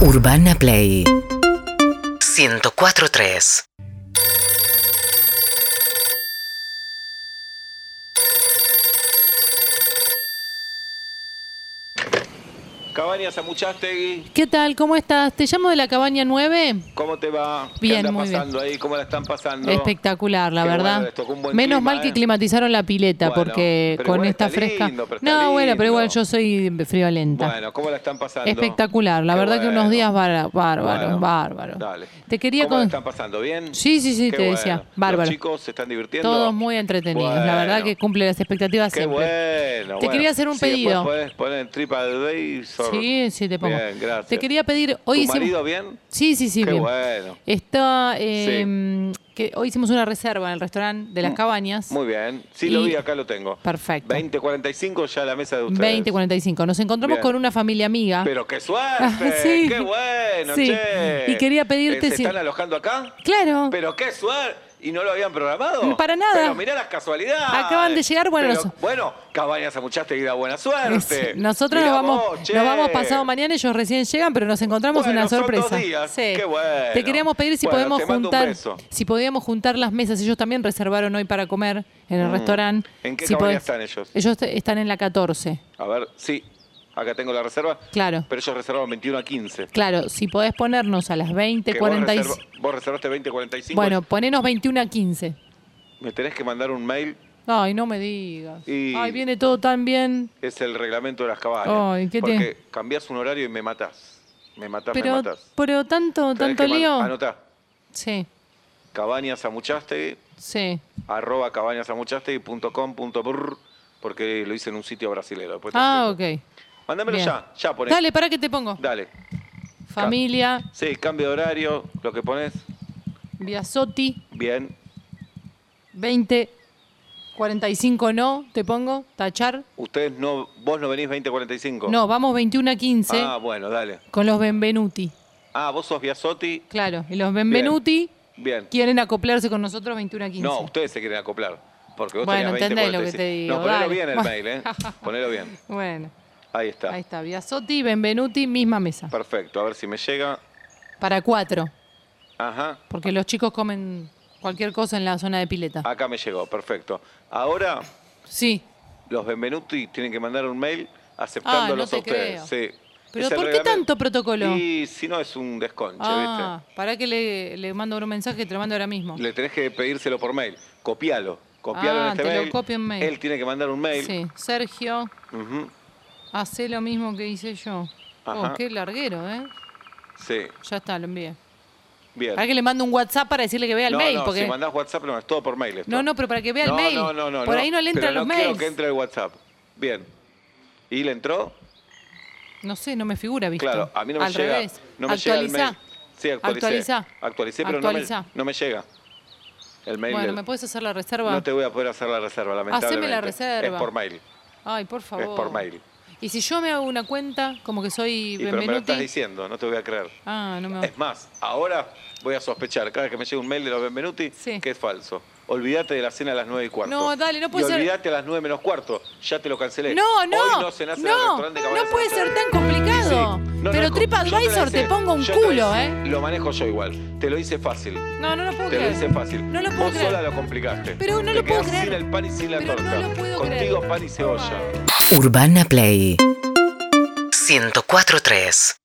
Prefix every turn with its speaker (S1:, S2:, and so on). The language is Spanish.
S1: Urbana Play 104.3
S2: Cabañas Amuchastegui,
S3: ¿Qué tal? ¿Cómo estás? Te llamo de la cabaña 9.
S2: ¿cómo te va?
S3: Bien,
S2: ¿Qué anda
S3: muy bien.
S2: pasando ahí? ¿Cómo la están pasando?
S3: Espectacular, la
S2: Qué
S3: verdad.
S2: bueno, les tocó un buen
S3: Menos
S2: clima,
S3: mal que
S2: ¿eh?
S3: climatizaron la pileta
S2: Bueno,
S3: porque
S2: pero
S3: con
S2: igual
S3: esta
S2: está
S3: fresca.
S2: lindo, pero está
S3: no, bueno, pero igual
S2: lindo.
S3: yo soy friolenta.
S2: Bueno, ¿cómo la están pasando?
S3: Espectacular, la
S2: Qué
S3: verdad que unos
S2: bueno.
S3: días bárbaros, bárbaros.
S2: Bueno,
S3: bárbaros.
S2: Dale.
S3: Te quería
S2: ¿Cómo la
S3: con-
S2: están pasando? ¿Bien?
S3: Sí, sí, sí,
S2: Qué
S3: te
S2: bueno.
S3: decía, bárbaro.
S2: Los chicos se están divirtiendo.
S3: Todos muy entretenidos, la verdad
S2: Bueno,
S3: que cumple las expectativas
S2: Qué
S3: siempre.
S2: bueno.
S3: Te quería hacer un pedido.
S2: Puedes poner en TripAdvisor.
S3: Sí, sí, te pongo.
S2: Bien, gracias.
S3: Te quería pedir,
S2: ¿Tu
S3: hoy hicimos-
S2: marido bien?
S3: Sí, sí, sí,
S2: Qué
S3: bien.
S2: bueno.
S3: Está, eh, que hoy hicimos una reserva en el restaurante
S2: Mm.
S3: de las cabañas.
S2: Muy bien. Sí, lo
S3: Y-
S2: vi, acá lo tengo.
S3: Perfecto.
S2: 20.45 ya la mesa de ustedes.
S3: 20, 45. Nos encontramos
S2: Bien.
S3: con una familia amiga.
S2: Pero qué suerte,
S3: Ah. Sí.
S2: qué bueno,
S3: Sí.
S2: che.
S3: Y quería pedirte
S2: Eh, ¿Se
S3: si-
S2: están alojando acá?
S3: claro.
S2: Pero qué suerte. ¿Y no lo habían programado?
S3: Para nada.
S2: Pero mirá las casualidades.
S3: Acaban de llegar, bueno,
S2: Pero,
S3: nos-
S2: bueno, cabañas a muchacha y da buena suerte.
S3: Es- Nosotros nos
S2: Mirá
S3: vamos,
S2: vos, che.
S3: nos vamos pasado mañana, ellos recién llegan, pero nos encontramos
S2: Bueno,
S3: una
S2: son dos
S3: sorpresa.
S2: días. Qué bueno.
S3: Te queríamos pedir si
S2: Bueno,
S3: podemos
S2: te mando un
S3: juntar,
S2: beso.
S3: si podíamos juntar las mesas. Ellos también reservaron hoy para comer en el restaurante.
S2: Mm. ¿En qué
S3: Si
S2: cabaña
S3: podés-
S2: están ellos?
S3: Ellos te- están en la 14.
S2: A ver, sí, acá tengo la reserva.
S3: Claro.
S2: Pero ellos reservaron 21 a 15.
S3: Claro, si podés ponernos a las 20,
S2: Que vos
S3: 40 y-
S2: reserva- Vos reservaste 20 45.
S3: Bueno, ponenos 21 a 15.
S2: Me tenés que mandar un mail.
S3: Ay, no me digas.
S2: Y-
S3: Ay, viene todo tan bien.
S2: Es el reglamento de las cabañas.
S3: Ay, ¿qué
S2: porque
S3: tiene?
S2: cambiás un horario y me matás. Me matás, me
S3: Pero,
S2: matás.
S3: pero tanto,
S2: Tenés
S3: tanto
S2: que man-
S3: lío.
S2: Anotá.
S3: Sí,
S2: Cabañas a Muchastegui,
S3: sí.
S2: arroba cabañasamuchastegui.com.br, porque lo hice en un sitio brasilero. Después te
S3: Ah,
S2: explico.
S3: ok.
S2: Mándamelo
S3: Bien.
S2: ya, ya ponés.
S3: Dale, para que te pongo.
S2: Dale.
S3: Familia,
S2: Sí, cambio de horario, lo que pones,
S3: Biasotti,
S2: bien.
S3: 20, 45 no, te pongo, tachar.
S2: Ustedes no, vos no venís 2045.
S3: No, vamos 21 a 15
S2: Ah, bueno, dale.
S3: con los Benvenuti.
S2: Ah, vos sos Biasotti,
S3: Claro, y los Benvenuti
S2: bien.
S3: quieren acoplarse con nosotros 21 a 15.
S2: No, ustedes se quieren acoplar, porque vos tenías
S3: Bueno,
S2: 20,
S3: entendés lo que te
S2: 45.
S3: digo,
S2: No, ponelo
S3: dale.
S2: bien el
S3: Bueno.
S2: mail, ¿eh? Ponelo bien.
S3: Bueno,
S2: Ahí está.
S3: ahí está, Biasotti, Benvenuti, misma mesa.
S2: Perfecto, a ver si me llega.
S3: Para cuatro,
S2: Ajá.
S3: porque los chicos comen cualquier cosa en la zona de pileta.
S2: Acá me llegó, perfecto. Ahora
S3: Sí,
S2: los Benvenuti tienen que mandar un mail aceptándolos
S3: Ah, no te
S2: a ustedes.
S3: creo.
S2: sí.
S3: Pero
S2: Es el
S3: ¿por qué
S2: reglamento.
S3: tanto protocolo?
S2: Y si no es un desconche,
S3: Ah, para que le, le mando un mensaje, te lo mando ahora mismo.
S2: ¿viste? Le tenés que pedírselo por mail. Copialo. Copialo
S3: Ah,
S2: en este
S3: te lo
S2: mail.
S3: copio en mail.
S2: Él tiene que mandar un mail.
S3: Sí, Sergio,
S2: Ujú,
S3: hace lo mismo que hice yo. Oh,
S2: Ajá.
S3: qué larguero, ¿eh?
S2: sí,
S3: Ya está, lo envié.
S2: bien.
S3: Para que le mando un WhatsApp para decirle que vea el
S2: no,
S3: mail.
S2: no,
S3: porque...
S2: si mandás WhatsApp no, es todo por mail esto.
S3: No, no, pero para que vea el
S2: No,
S3: mail.
S2: No, no, no.
S3: Por ahí no le entran
S2: pero
S3: los
S2: no
S3: mails.
S2: quiero que entre el WhatsApp. Bien. ¿Y le entró?
S3: No sé, no me figura, ¿viste?
S2: Claro, a mí no me
S3: Al
S2: llega.
S3: Revés.
S2: No me llega
S3: Actualizá.
S2: el mail. Sí, actualicé.
S3: Actualizá.
S2: Actualicé, pero no me-
S3: Actualizá.
S2: No, me, llega. El mail
S3: Bueno,
S2: del-
S3: ¿me puedes hacer la reserva?
S2: No te voy a poder hacer la reserva, lamentablemente.
S3: Haceme la reserva.
S2: Es por mail.
S3: Ay, por favor.
S2: Es por mail.
S3: Y si yo me hago una cuenta, como que soy
S2: Y, pero me lo
S3: Benvenuti.
S2: estás diciendo, no te voy a creer.
S3: ah, no me
S2: Es más, ahora voy a sospechar, cada vez que me llegue un mail de los Benvenuti,
S3: Sí.
S2: que es falso. Olvídate de la cena a las 9 y cuarto.
S3: No, dale, no puede
S2: y
S3: ser.
S2: olvídate a las 9 menos cuarto. Ya te lo cancelé.
S3: No, no.
S2: Hoy no cenás en el restaurante
S3: no,
S2: Cabañas
S3: puede
S2: Amuchastegui.
S3: ser tan complicado.
S2: Sí. No,
S3: Pero
S2: no, yo lo
S3: TripAdvisor
S2: hice-
S3: te pongo un
S2: yo te lo
S3: culo,
S2: hice-
S3: ¿eh?
S2: Lo manejo yo igual. Te lo hice fácil.
S3: No, no lo puedo
S2: Te lo
S3: creer.
S2: hice fácil.
S3: No lo puedo
S2: Vos
S3: creer.
S2: sola lo complicaste.
S3: Pero no
S2: Te
S3: lo puedo
S2: quedás
S3: creer.
S2: sin el pan y sin la
S3: Pero no
S2: torta.
S3: lo puedo
S2: Contigo
S3: creer.
S2: pan y cebolla.
S1: Urbana Play 104.3